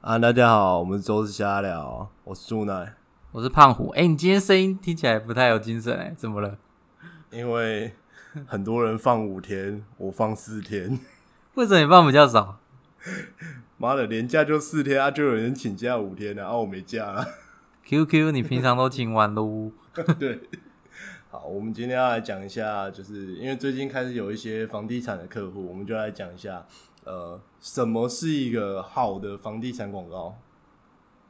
啊，大家好，我们是周四瞎聊，我是朱奶，我是胖虎。哎、你今天声音听起来不太有精神哎、怎么了？因为很多人放五天，我放四天， 为什么你放比较少？妈的，连假就四天啊，就有人请假五天啊，啊，我没假啊。 QQ，你平常都请完喽。对，好，我们今天要来讲一下，就是因为最近开始有一些房地产的客户，我们就来讲一下，呃，什么是一个好的房地产广告，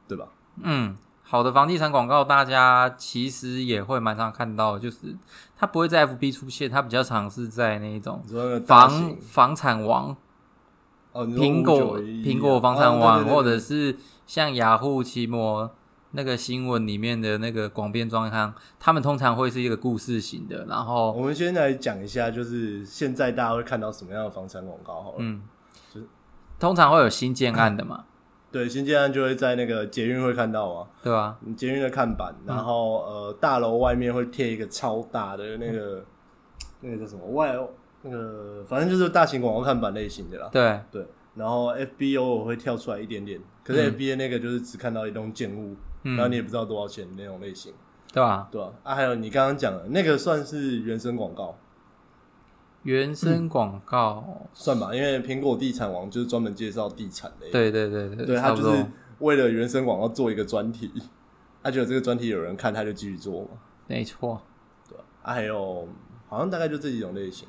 对吧？嗯，好的房地产广告，大家其实也会蛮常看到的，就是它不会在 FB 出现，它比较常是在那一种你说那个大房型房产王、哦，你说苹果591苹果房产王，哦对对对或者是像雅虎、奇摩那个新闻里面的那个广编专刊，他们通常会是一个故事型的，然后我们先来讲一下，就是现在大家会看到什么样的房产广告好了。嗯就是，通常会有新建案的嘛，对，新建案就会在那个捷运会看到嘛，对吧、捷运的看板，然后、呃，大楼外面会贴一个超大的那个、那个叫什么外那个，反正就是大型广告看板类型的啦。对，对，然后 FB 偶尔会跳出来一点点，可是嗯 FB 的那个就是只看到一栋建物，嗯，然后你也不知道多少钱那种类型，对吧？对吧、啊？还有你刚刚讲的那个算是原生广告，原生广告，算吧，因为苹果地产王就是专门介绍地产的，对对对对对，差他不就多。是为了原生广告做一个专题， 他觉得这个专题有人看，他就继续做嘛，没错。对吧？啊，还有好像大概就这几种类型。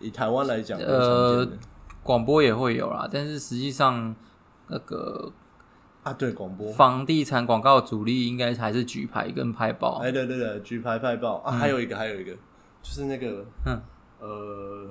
以台湾来讲，呃比较常见的广播也会有啦，但是实际上那个啊，对广播，房地产广告主力应该还是举牌跟拍报。哎，对对对，举牌派报啊，还有一个，还有一个，就是那个，嗯呃，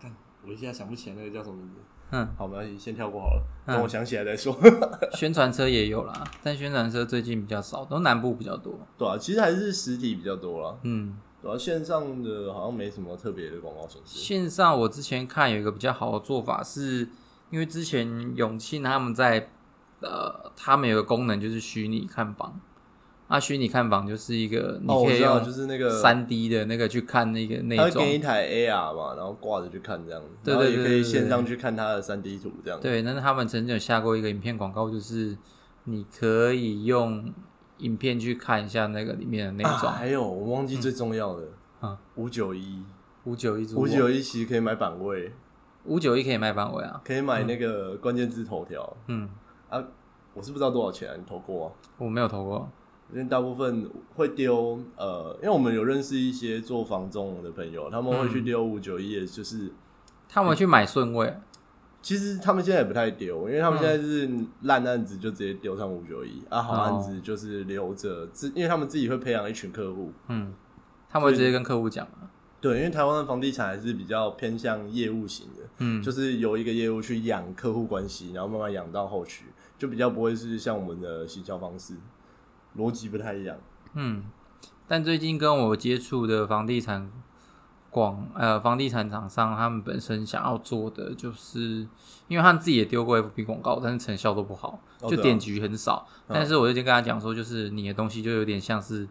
干我一下想不起来那个叫什么名字。嗯，好，没关系，先跳过好了，等嗯我想起来再说。 宣传车也有啦，但宣传车最近比较少，都南部比较多。对啊，其实还是实体比较多啦，嗯，主要线上的好像没什么特别的广告形式。线上我之前看有一个比较好的做法是，因为之前永庆他们在呃，他们有个功能就是虚拟看房，那虚拟看房就是一个你哦，我可以知道，用就是那个三 D 的那个去看那个内他会装给，你一台 AR 嘛，然后挂着去看这样，对然后对也对可以对线对上去看它的三 D 图这样。啊对，那他们曾经有下过一个影片广告，就是你可以用影片去看一下那个里面的内啊，装。还有我忘记最重要的嗯，五九一，五九一租五九一其实可以买版位，五九一可以卖版位啊，可以买那个关键字头条嗯，啊，我是不知道多少钱啊，你投过吗？我没有投过，因为大部分会丢呃，因为我们有认识一些做房仲的朋友，他们会去嗯丢五九一，就是他们去买顺位，啊其实他们现在也不太丢，因为他们现在是烂案子就直接丢上五九一啊，哦好案子就是留着自，因为他们自己会培养一群客户。嗯，他们会直接跟客户讲啊嘛，对，因为台湾的房地产还是比较偏向业务型的，嗯，就是由一个业务去养客户关系，然后慢慢养到后续，就比较不会是像我们的行销方式，逻辑不太一样。嗯，但最近跟我接触的房地产广呃房地产厂商，他们本身想要做的就是，因为他们自己也丢过 FB 广告，但是成效都不好，哦就对啊点击很少。嗯但是我就跟他讲说，就是你的东西就有点像是，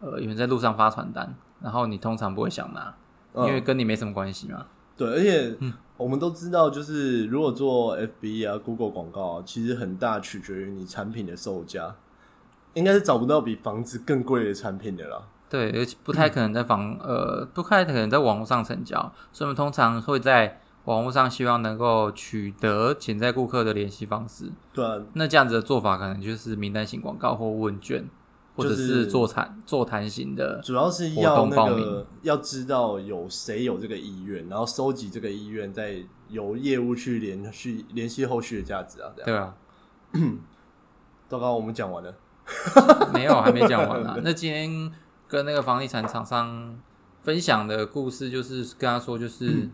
呃，有人在路上发传单，然后你通常不会想拿，嗯因为跟你嗯没什么关系嘛。对，而且我们都知道，就是如果做 FB 啊、Google 广告、啊，其实很大取决于你产品的售价，应该是找不到比房子更贵的产品的啦。对，而且不太可能在房呃，不太可能在网络上成交，所以我们通常会在网络上希望能够取得潜在顾客的联系方式。对啊，那这样子的做法可能就是名单型广告或问卷，或者就是是座谈座谈型的。主要是活要动那报个名要知道有谁有这个意愿，然后收集这个意愿，再由业务去联续联系后续的价值啊。这样，对啊，糟糕，我们讲完了。 没有，还没讲完啊。那今天跟那个房地产厂商分享的故事，就是跟他说，就是嗯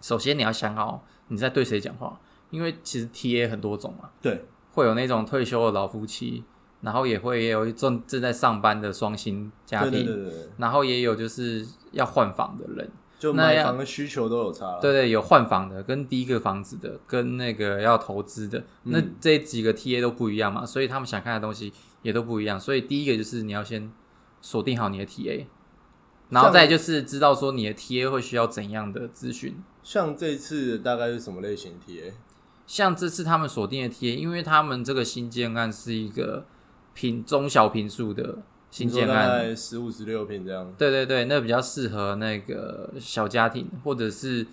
首先你要想好你在对谁讲话，因为其实 TA 很多种嘛，对，会有那种退休的老夫妻，然后也会也有正正在上班的双薪家对庭，对对对，对然后也有就是要换房的人，就那买要房的需求都有差了。对对，有换房的，跟第一个房子的，跟那个要投资的，那嗯这几个 TA 都不一样嘛，所以他们想看的东西也都不一样。所以第一个就是你要先锁定好你的 TA，然后再就是知道说你的 TA 会需要怎样的资讯。像这次大概是什么类型的 TA？像这次他们锁定的 TA，因为他们这个新建案是一个平中小平数的新你说建大案，概十五十六平这样，对对对，那比较适合那个小家庭或者是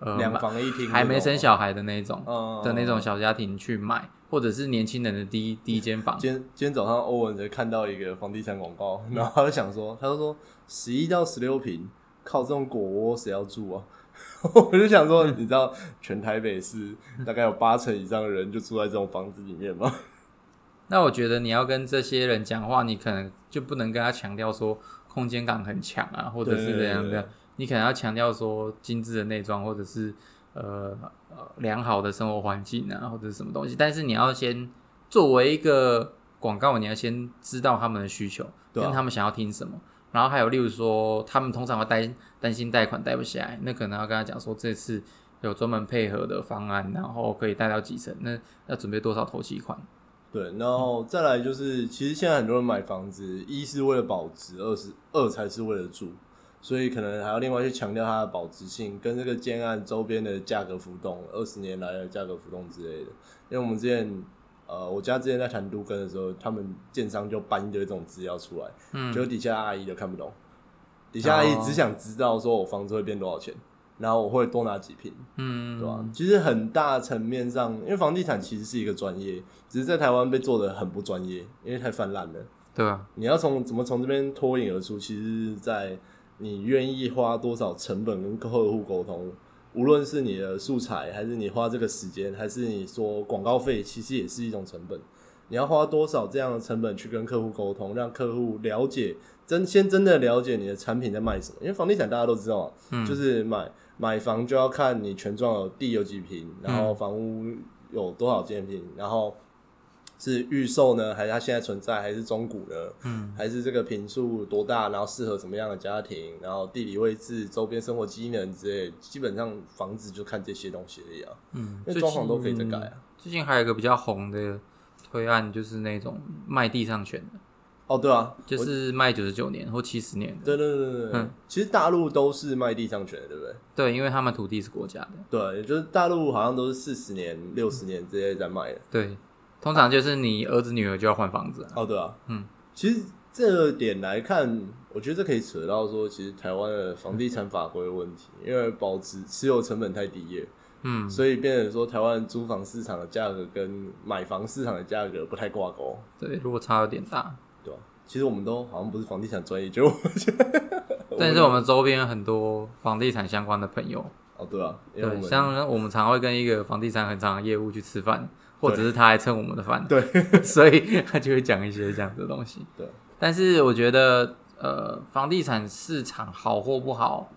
呃两房一厅，还没生，小孩的那种、嗯的那种。小家庭去买，或者是年轻人的第一第一间房。今天今天早上欧文才看到一个房地产广告，然后他就想说，他就说十一到十六平，靠这种果窝谁要住啊？ 我就想说，你知道全台北市大概有八成以上的人就住在这种房子里面吗？那我觉得你要跟这些人讲话，你可能就不能跟他强调说空间感很强啊，或者是怎样对的，你可能要强调说精致的内装，或者是呃呃良好的生活环境啊，或者是什么东西。但是你要先作为一个广告，你要先知道他们的需求，对啊跟他们想要听什么。然后还有，例如说，他们通常会担担心贷款贷不下来，那可能要跟他讲说，这次有专门配合的方案，然后可以贷到几成，那要准备多少头期款？对，然后嗯再来就是，其实现在很多人买房子，一是为了保值，二是二才是为了住，所以可能还要另外去强调它的保值性跟这个建案周边的价格浮动，二十年来的价格浮动之类的。因为我们之前，呃，我家之前在谈都跟的时候，他们建商就搬一堆这种资料出来，嗯，结果底下阿姨都看不懂，底下阿姨哦只想知道说我房子会变多少钱，然后我会多拿几平，嗯，对吧、啊其实很大层面上，因为房地产其实是一个专业，只是在台湾被做的很不专业，因为太泛滥了。对啊，你要从怎么从这边脱颖而出，其实是在你愿意花多少成本跟客户沟通，无论是你的素材，还是你花这个时间，还是你说广告费，其实也是一种成本。你要花多少这样的成本去跟客户沟通，让客户了解真先真的了解你的产品在卖什么？因为房地产大家都知道啊，嗯就是买买房就要看你全幢有地有几平，然后房屋有多少间平，然后是预售呢，还是它现在存在，还是中古呢？嗯，还是这个平数多大，然后适合什么样的家庭，然后地理位置、周边生活机能之类，基本上房子就看这些东西而已啊。嗯，因为最装潢都可以再近改啊。最近还有一个比较红的推案，就是那种卖地上权的，哦，对啊，就我是卖九十九年或七十年的。对对对对对，嗯其实大陆都是卖地上权的，对不对？对，因为他们土地是国家的。对，也就是大陆好像都是四十年、六十年这些在卖的。对，通常就是你儿子女儿就要换房子啊。哦，对啊，嗯，其实这点来看，我觉得这可以扯到说，其实台湾的房地产法规的问题，因为保值持有成本太低耶，嗯，所以变成说台湾租房市场的价格跟买房市场的价格不太挂钩，对，落差有点大。对吧、其实我们都好像不是房地产专业，就 我们但是我们周边很多房地产相关的朋友，哦，对啊，因为我对，们像我们常会跟一个房地产很长的业务去吃饭，或者是他还蹭我们的饭，对， 所以他就会讲一些这样子的东西。对，但是我觉得，呃，房地产市场好或不好，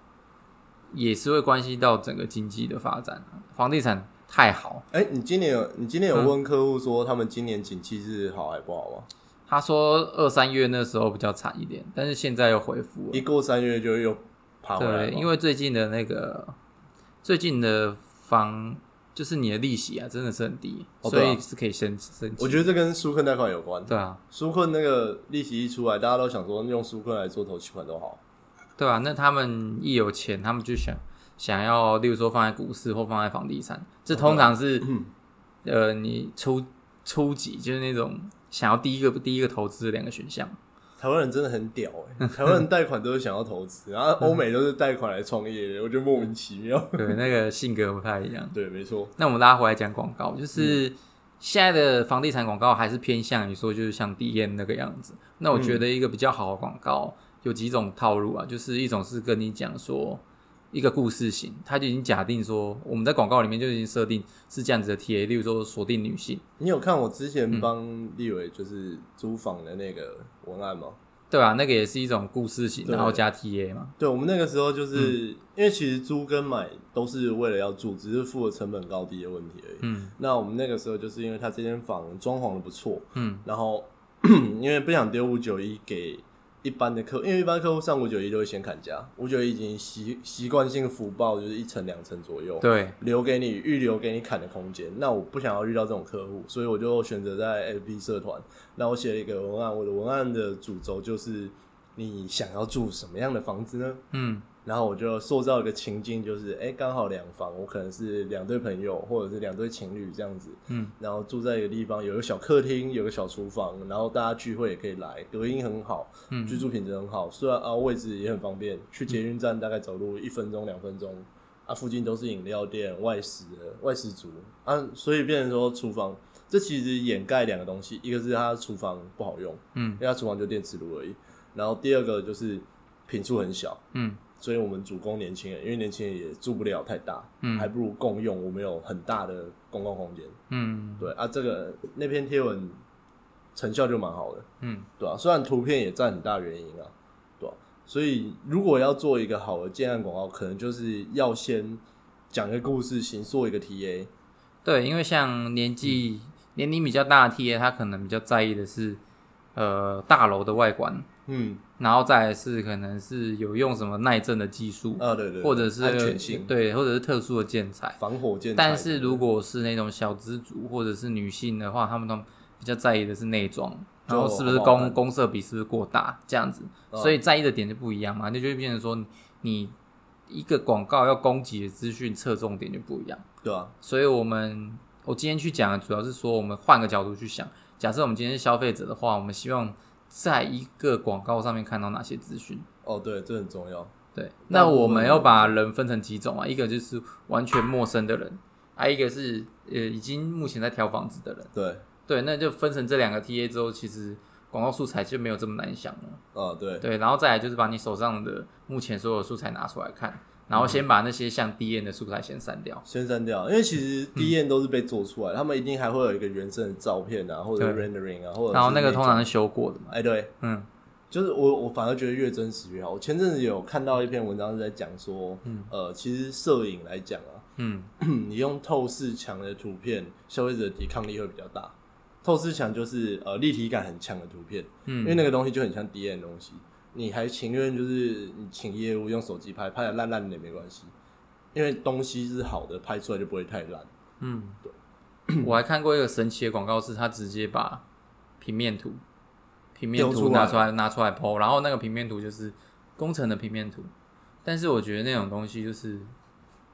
也是会关系到整个经济的发展啊。房地产太好，哎、你今年有你今年有问客户说他们今年景气是好还不好吗？他说二三月那时候比较惨一点，但是现在又恢复一了。过三月就又爬回来对，了，因为最近的那个最近的房，就是你的利息啊，真的是很低，哦所对啊以是可以升升级。我觉得这跟纾困贷款有关。对啊，纾困那个利息一出来，大家都想说用纾困来做投期款都好。 对啊，那他们一有钱，他们就想想要，例如说放在股市或放在房地产，这通常是、呃你初初级就是那种想要第一个第一个投资的两个选项。台湾人真的很屌 哎、台湾人贷款都是想要投资，然后欧美都是贷款来创业的，我觉得莫名其妙。对，那个性格不太一样。对，没错，那我们拉回来讲广告，就是现在的房地产广告还是偏向于说就是像 D N 那个样子。那我觉得一个比较好的广告有几种套路啊，就是一种是跟你讲说一个故事型，它就已经假定说我们在广告里面就已经设定是这样子的 T A，例如说锁定女性，你有看我之前帮立伟就是租房的那个文案吗？对吧、那个也是一种故事型，对然后加 T A 嘛。对，我们那个时候就是、因为其实租跟买都是为了要住，只是付了成本高低的问题而已。嗯那我们那个时候就是因为他这间房装潢的不错，嗯，然后 因为不想丢五九一给一般的客，因为一般客户上五九一都会先砍价，五九一已经习习惯性福报就是一层两层左右，对，留给你预留给你砍的空间。那我不想要遇到这种客户，所以我就选择在 FB 社团，那我写了一个文案，我的文案的主轴就是你想要住什么样的房子呢？嗯然后我就塑造一个情境，就是哎，刚好两房，我可能是两对朋友或者是两对情侣这样子，嗯，然后住在一个地方，有个小客厅，有个小厨房，然后大家聚会也可以来，隔音很好，嗯居住品质很好，虽然啊位置也很方便，去捷运站大概走路一分钟两分钟，啊附近都是饮料店、外食的外食族啊，所以变成说厨房，这其实掩盖两个东西，一个是它厨房不好用，嗯因为它厨房就电磁炉而已，然后第二个就是品数很小，嗯所以我们主攻年轻人，因为年轻人也住不了太大，嗯还不如共用，我们有很大的公共空间，嗯对啊，这个那篇贴文成效就蛮好的。嗯对啊，虽然图片也占很大原因啊，对啊，所以如果要做一个好的建案广告，可能就是要先讲一个故事，先做一个 TA，对，因为像年嗯纪、年龄比较大的 T A，他可能比较在意的是呃大楼的外观，嗯，然后再来是可能是有用什么耐震的技术，啊对对，或者是安全性，，对，或者是特殊的建材。防火建材，但是如果是那种小资族或者是女性的话，她们都比较在意的是内装，就然后是不是好不好公看公设比是不是过大这样子，嗯所以在意的点就不一样嘛，那就会变成说你你一个广告要供给的资讯侧重点就不一样。对啊，所以我们我今天去讲的主要是说，我们换个角度去想，假设我们今天是消费者的话，我们希望在一个广告上面看到哪些资讯？哦对，这很重要，对，大那部分我们要把人分成几种啊？一个就是完全陌生的人，还、有一个是呃已经目前在挑房子的人。对，对，那就分成这两个 TA 之后，其实广告素材就没有这么难想了。啊对，对，然后再来就是把你手上的目前所有的素材拿出来看，然后先把那些像 D N 的素材先删掉。先删掉，因为其实 D N 都是被做出来，他们一定还会有一个原生的照片啊，或者对 rendering 啊，或者是然后那个种通常是修过的嘛，哎对，嗯，就是我我反而觉得越真实越好。我前阵子有看到一篇文章是在讲说，呃，其实摄影来讲啊，嗯，你用透视墙的图片，消费者的抵抗力会比较大。透视墙就是呃立体感很强的图片，嗯因为那个东西就很像 D N 的东西，你还情愿就是你请业务用手机拍，拍的烂烂的也没关系，因为东西是好的，拍出来就不会太烂。嗯，我还看过一个神奇的广告，是他直接把平面图、平面丢图出来拿出来拿出来剖，然后那个平面图就是工程的平面图，但是我觉得那种东西就是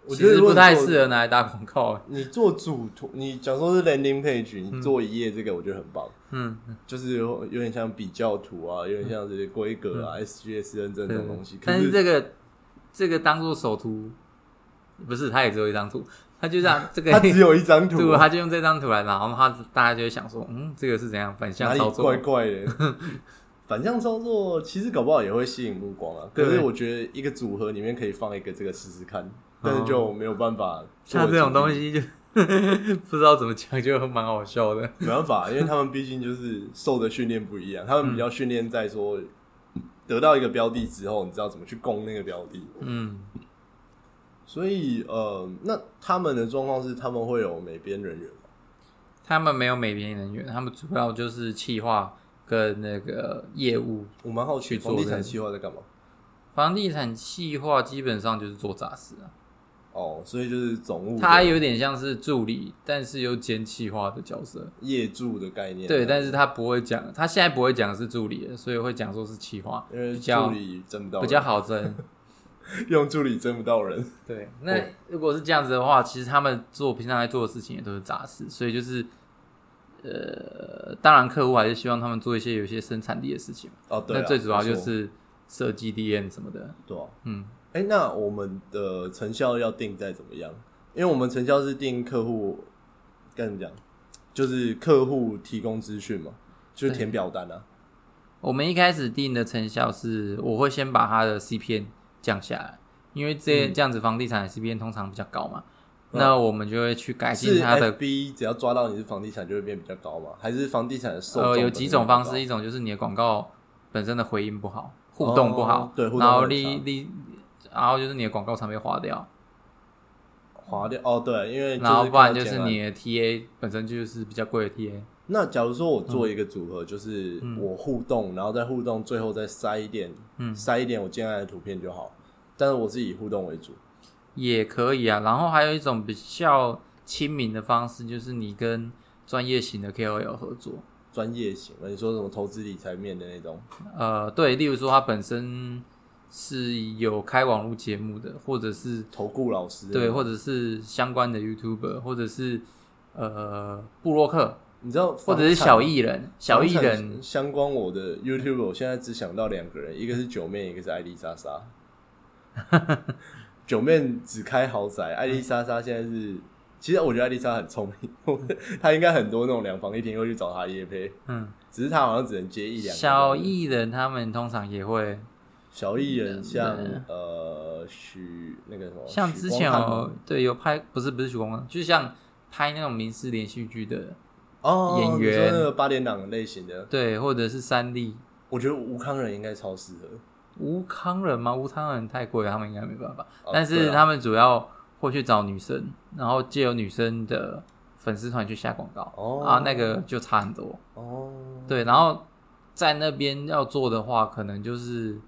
我其觉得实如果不你太做适合拿来打广告。你做主图，你讲说是 landing page，你做一页这个我觉得很棒。嗯，就是有有点像比较图啊，有点像是规格啊、SGS 认证这种东西。可嗯但是是这个这个当做首图，不是，他也只有一张图，他就 让这个它只有一张图对，啊，他就用这张图来，然后他大家就会想说，嗯，这个是怎样反哪向里操作怪？怪 的？反向操作其实搞不好也会吸引目光啊。可对哦是我觉得一个组合里面可以放一个这个试试看，但是就没有办法作为主像力。这种东西就 不知道怎么讲，就蛮好笑的。没办法，因为他们毕竟就是受的训练不一 样，他们比较训练在说得到一个标的之后，你知道怎么去攻那个标的。嗯，所以呃，那他们的状况是他们会有美编人员吗？他们没有美编人员，他们主要就是企划跟那个业务。我蛮好奇去做房地产的计划在干嘛。房地产企划基本上就是做杂事啊，哦，所以就是总务他的有点像是助理，但是又兼企划的角色。业助的概念。对，但是他不会讲，他现在不会讲是助理了，所以会讲说是企 划，因为比较助理争不到人，比较好争。 用助理争不到人。对，那如果是这样子的话，其实他们做平常在做的事情也都是杂事，所以就是，呃，当然客户还是希望他们做一些有一些生产力的事情嘛。哦，对啊、那最主要就没错是设计 DM 什么的，对啊。嗯哎、那我们的成效要定在怎么样？因为我们成效是定客户，该怎么讲？就是客户提供资讯嘛，就是填表单啊。我们一开始定的成效是，我会先把它的 CPN 降下来，因为这、这样子房地产的 CPN 通常比较高嘛，嗯那我们就会去改进是哎它的 FB 只要抓到你是房地产就会变比较高嘛？还是房地产的受众呃，本身有就几比种较方高式，一种就是你的广告本身的回应不好，互动不好，哦对互动然后很利差利，然后就是你的广告常被划掉，划掉哦，对，因为就是然后不然看到就建是案你的 TA 本身就是比较贵的 TA，那假如说我做一个组合，就是我互动，然后再互动，最后再塞一点，嗯塞一点我建案的图片就好。但是我是以互动为主，也可以啊。然后还有一种比较亲民的方式，就是你跟专业型的 KOL 合作，专业型的。你说什么投资理财面的那种？呃，对，例如说他本身是有开网络节目的，或者是投顾老师对，或者是相关的 YouTuber，或者是呃布洛克，你知道，或者是小艺人，小艺人相关我的 YouTube，我现在只想到两个人，一个是九妹，一个是艾丽莎 莎。九妹只开豪宅，艾丽莎莎现在是，其实我觉得艾丽莎很聪明， 她应该很多那种两房一厅会去找她叶配，嗯，只是她好像只能接一两个。哦小艺人他们通常也会小艺人像对呃许那个什么，像许之光前汉有对有拍，不是不是许光汉，就是像拍那种民事连续剧的，哦演你说员那个八点档类型的，对，或者是三立我觉得吴康仁应该超适合。吴康人吗？吴康人太贵了，他们应该没办法。哦但对是啊他们主要会去找女生，然后借由女生的粉丝团去下广告，哦啊，那个就差很多。哦，对，然后在那边要做的话，可能就是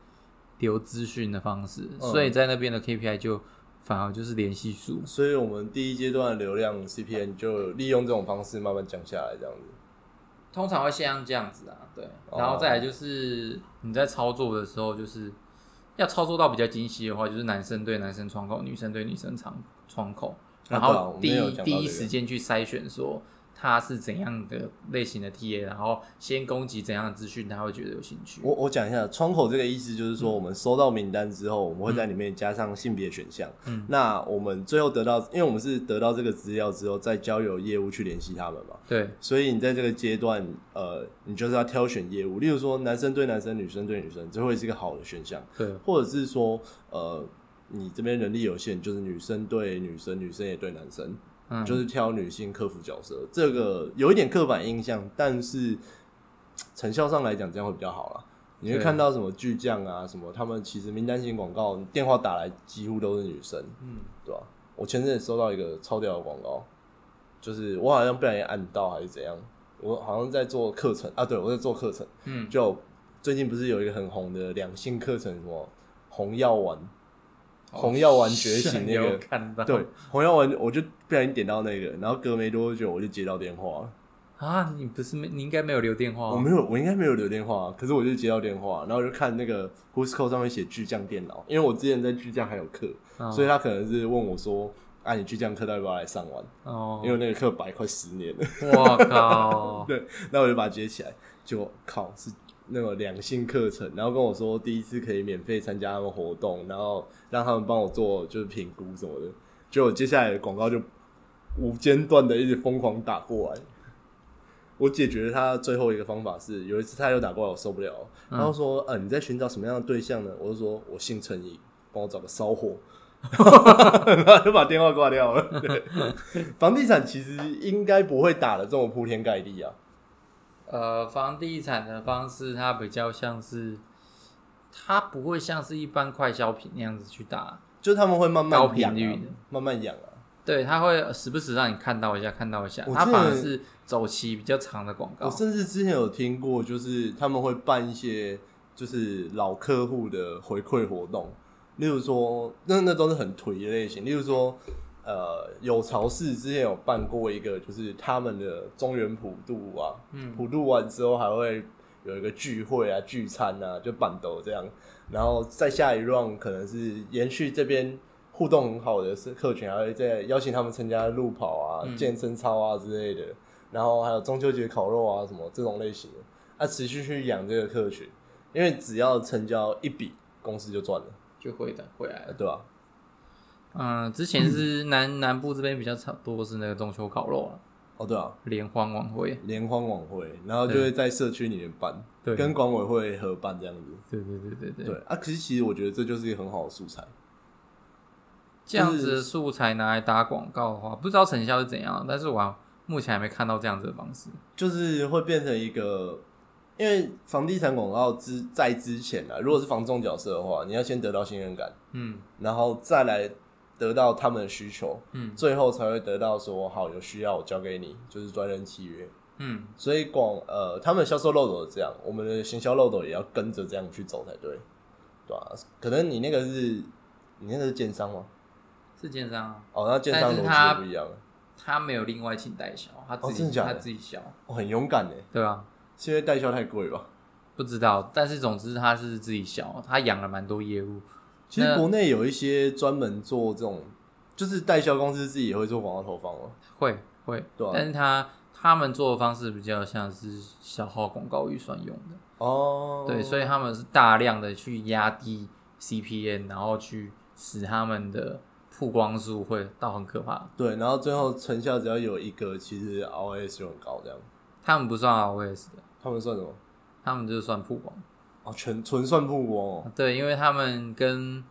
留资讯的方式，嗯所以在那边的 KPI 就反而就是联系数。所以我们第一阶段的流量 CPN 就利用这种方式慢慢降下来，这样子。通常会先像这样子啊，对，哦然后再来就是你在操作的时候，就是要操作到比较精细的话，就是男生对男生窗口，女生对女生窗窗口，啊然对啊我后们第没有一讲到第一这个时间去筛选说他是怎样的类型的 TA，然后先供给怎样的资讯，他会觉得有兴趣。我我讲一下窗口这个意思，就是说我们收到名单之后，我们会在里面加上性别选项。嗯那我们最后得到，因为我们是得到这个资料之后，再交由业务去联系他们嘛。对，所以你在这个阶段，呃，你就是要挑选业务，例如说男生对男生，女生对女生，这会是一个好的选项。对，或者是说，呃，你这边人力有限，就是女生对女生，女生也对男生，嗯，就是挑女性客服角色，这个有一点刻板印象，但是嘖成效上来讲，这样会比较好啦。你会对看到什么巨匠啊，什么他们其实名单型广告电话打来几乎都是女生，嗯，对吧、我前阵子收到一个超屌的广告，就是我好像不小心按到还是怎样，我好像在做课程啊，对我在做课程，嗯就最近不是有一个很红的两性课程，什么红药丸，哦红药丸觉醒那个有看到对，红药丸，我就不小心点到那个，然后隔没多久我就接到电话了，啊，你不是没你应该没有留电话哦，我没有，我应该没有留电话，可是我就接到电话，然后我就看那个 Who'sco 上面写巨匠电脑，因为我之前在巨匠还有课，哦所以他可能是问我说，啊，你巨匠课要不要来上完？哦因，为那个课摆快十年了，我靠，对，那我就把它接起来，就靠是那个两性课程，然后跟我说第一次可以免费参加他们活动，然后让他们帮我做就是评估什么的，结果接下来的广告就无间断的一直疯狂打过来。我解决了他最后一个方法是，有一次他又打过来，我受不了，然后说：“呃，你在寻找什么样的对象呢？”我就说：“我姓陈怡，帮我找个骚货。”然后就把电话挂掉了。对房地产其实应该不会打的这么铺天盖地啊。呃，房地产的方式它比较像是，它不会像是一般快消品那样子去打，就是他们会慢慢高频养、啊率的，慢慢养啊。对，它会时不时让你看到一下，看到一下，我它真的反而是走期比较长的广告我，甚至之前有听过，就是他们会办一些就是老客户的回馈活动，例如说，那那都是很颓的类型。例如说，呃，有巢市之前有办过一个，就是他们的中原普渡啊，嗯普渡完之后还会有一个聚会啊、聚餐啊，就板斗这样。然后再下一 round 可能是延续这边互动很好的是客群，还会再邀请他们参加路跑啊、嗯健身操啊之类的，然后还有中秋节烤肉啊什么这种类型的，啊，持续去养这个客群，因为只要成交一笔，公司就赚了，就会的回来呃了。对吧、嗯、之前是南南部这边比较常多是那个中秋烤肉啊，哦，对啊，联欢晚会，联欢晚会，然后就会在社区里面办，对跟管委会合办这样子。对对对对对，对啊，可是其实我觉得这就是一个很好的素材。这样子的素材拿来打广告的话，不知道成效是怎样，但是我还目前还没看到这样子的方式。就是会变成一个，因为房地产广告之在之前啊，如果是房仲角色的话，你要先得到信任感，嗯然后再来得到他们的需求，嗯最后才会得到说好有需要我交给你，就是专人契约。嗯，所以广呃，他们的销售漏斗是这样，我们的行销漏斗也要跟着这样去走才对，对吧、可能你那个是你那个是建商吗？是奸商啊，哦，那建商但逻是辑他就不一样了。他没有另外请代销，他自哦己、真的假的他自己销，哦我、很勇敢呢，欸对吧、啊是因为代销太贵吧？不知道，但是总之他是自己小，他养了蛮多业务。其实那国内有一些专门做这种，就是代销公司自己也会做广告投放哦。会会，对啊但是他他们做的方式比较像是消耗广告预算用的，哦，对，所以他们是大量的去压低 CPN，然后去使他们的曝光数会到很可怕。对，然后最后成效只要有一个，其实 ROS 就很高，这样。他们不算 ROS 的，他们算什么？他们就是算曝光。哦，全纯算曝光哦。啊对，因为他们跟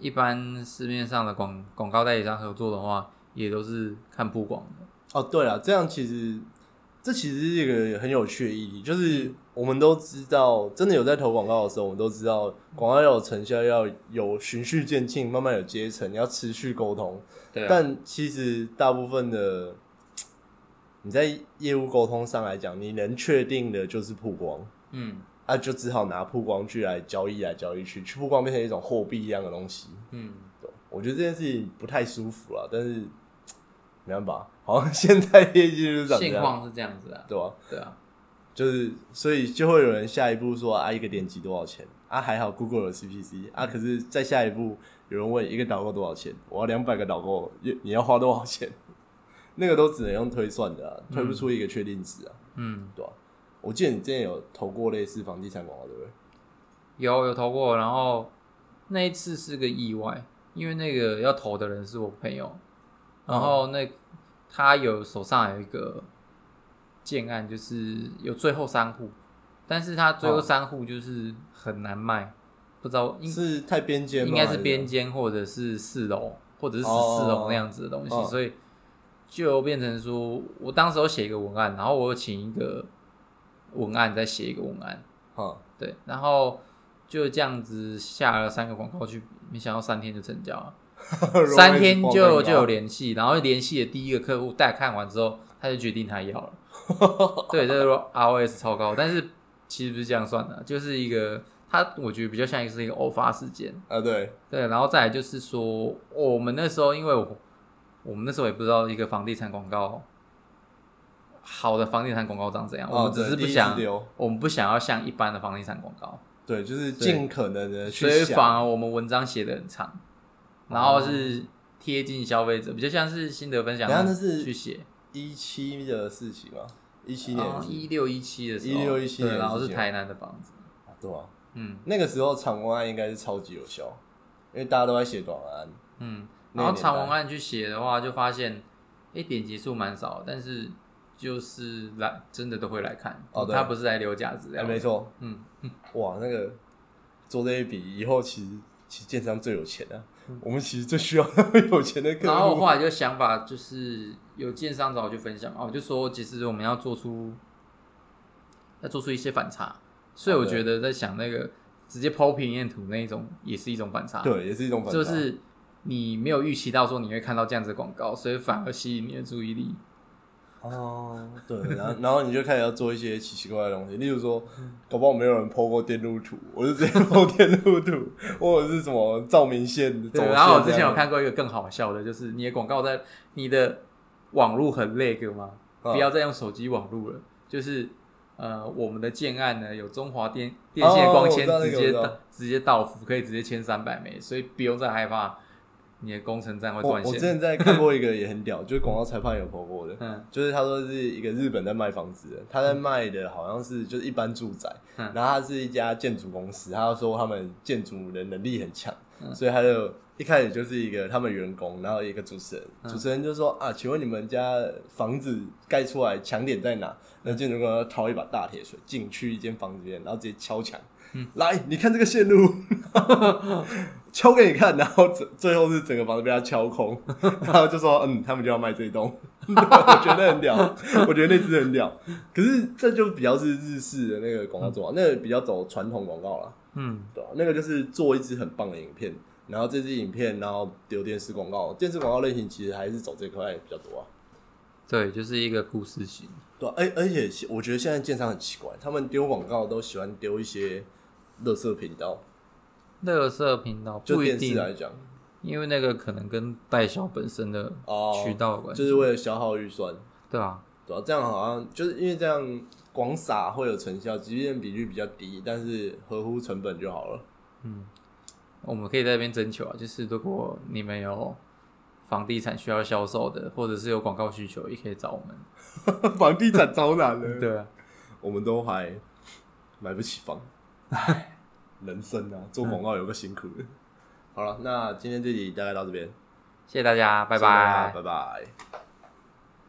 一般市面上的广广告代理商合作的话，也都是看曝光的。哦，对了，这样其实这其实是一个很有趣的意义，就是我们都知道，真的有在投广告的时候，我们都知道广告要有成效，要有循序渐进，慢慢有阶层，你要持续沟通。对啊但其实大部分的你在业务沟通上来讲，你能确定的就是曝光。嗯啊，就只好拿曝光去来交易来交易去，去曝光变成一种货币一样的东西。嗯，对我觉得这件事情不太舒服了，但是没办法，好像现在业绩就是长这现样，况是这样子啊。对吧、对啊，就是所以就会有人下一步说啊，一个点击多少钱？啊，还好 Google 有 CPC 啊，可是再下一步有人问一个导购多少钱？我要两百个导购，你你要花多少钱？ 那个都只能用推算的、啊，推不出一个确定值啊，嗯，对吧、我记得你之前有投过类似房地产广告，对不对？有有投过，然后那一次是个意外，因为那个要投的人是我朋友，然后那、他有手上有一个建案，就是有最后三户，但是他最后哦三户就是很难卖，不知道应是太边界吗，应该还是边间或者是四楼或者是十四哦楼那样子的东西，哦所以就变成说，我当时有写一个文案，然后我有请一个文案再写一个文案，哈，对，然后就这样子下了三个广告去，没想到三天就成交了， 三天就就有啊联系，然后联系的第一个客户，大家看完之后，他就决定 他要了，对，这个 ROS 超高，但是其实不是这样算的，就是一个它，我觉得比较像是一个偶发事件。啊，对，对，然后再来就是说，哦我们那时候因为我我们那时候也不知道一个房地产广告好的房地产广告长怎样，我哦们只对是不第一想次丢，我们不想要像一般的房地产广告，对，就是尽可能的去所以反想，哦而我们文章写的很长，然后是贴近消费者，比较像是心得分享等一下那那是去写。一七的事情嘛，一七年的事哦一六一七的时候， 16 17对年的然后事是情哦台南的房子，啊对啊，嗯那个时候长文案应该是超级有效，因为大家都在写短文案，嗯，那然后个年长代文案去写的话，就发现，哎，点击数蛮少，但是就是来真的都会来看，哦对他不是来留假资料哎，的，没错，嗯， 哇，那个做这一笔以后，其实其实建商最有钱啊，我们其实最需要有钱的客嗯然后我户，后来就想法就是有建商找我去分享哦嘛，我就说其实我们要做出要做出一些反差，所以哦我对觉得在想那个直接剖平面图那一种也是一种反差，，对，也是一种反差就是你没有预期到说你会看到这样子的广告，所以反而吸引你的注意力，哦，对，然后然后你就开始要做一些奇奇怪怪的东西，例如说，嗯搞不好没有人 PO 过电路图，我就直接 PO 电路图，或者是什么照明线走对，线然后我之这前有样看过一个更好笑的，就是你的广告在你的网路很 lag 吗？嗯不要再用手机网路了，就是呃，我们的建案呢有中华电电线光纤哦我知道那直个接我知到、道直接到付，可以直接签三百枚，所以不用再害怕你的工程站我会断我之线。前在看过一个也很屌，就是广告裁判有 PO 过的，嗯，就是他说是一个日本在卖房子的，他在卖的好像是就是一般住宅，嗯然后他是一家建筑公司，他说他们建筑人能力很强，嗯所以他就一开始就是一个他们员工，然后一个主持人，嗯主持人就说啊，请问你们家房子盖出来强点在哪？那嗯建筑工要掏一把大铁锤进去一间房子里面，然后直接敲墙，嗯来，你看这个线路， 敲给你看，然后最最后是整个房子被他敲 空，然后就说嗯，他们就要卖这一栋， 我觉得很屌，我觉得那只很屌。可是这就比较是日式的那个广告做法，那个比较走传统广告啦，嗯，对啊吧、那个就是做一支很棒的影片，然后这支影片然后丢电视广告，电视广告类型其实还是走这块比较多啊。对，就是一个故事型。对啊，而而且我觉得现在建商很奇怪，他们丢广告都喜欢丢一些垃圾频道，乐色频道就不一电视啊定，来讲，因为那个可能跟代销本身的哦渠道有关系，就是为了消耗预算。对啊，对啊，这样好像就是因为这样，广撒会有成效，即便比率比较低，但是合乎成本就好了。我们可以在那边征求啊，就是如果你们有房地产需要销售的，或者是有广告需求，也可以找我们。房地产超难的，对啊，我们都还买不起房，哎人生啊，做广告有个辛苦的。好了，那今天这集大概到这边，谢谢大家，拜谢谢大家拜。拜拜。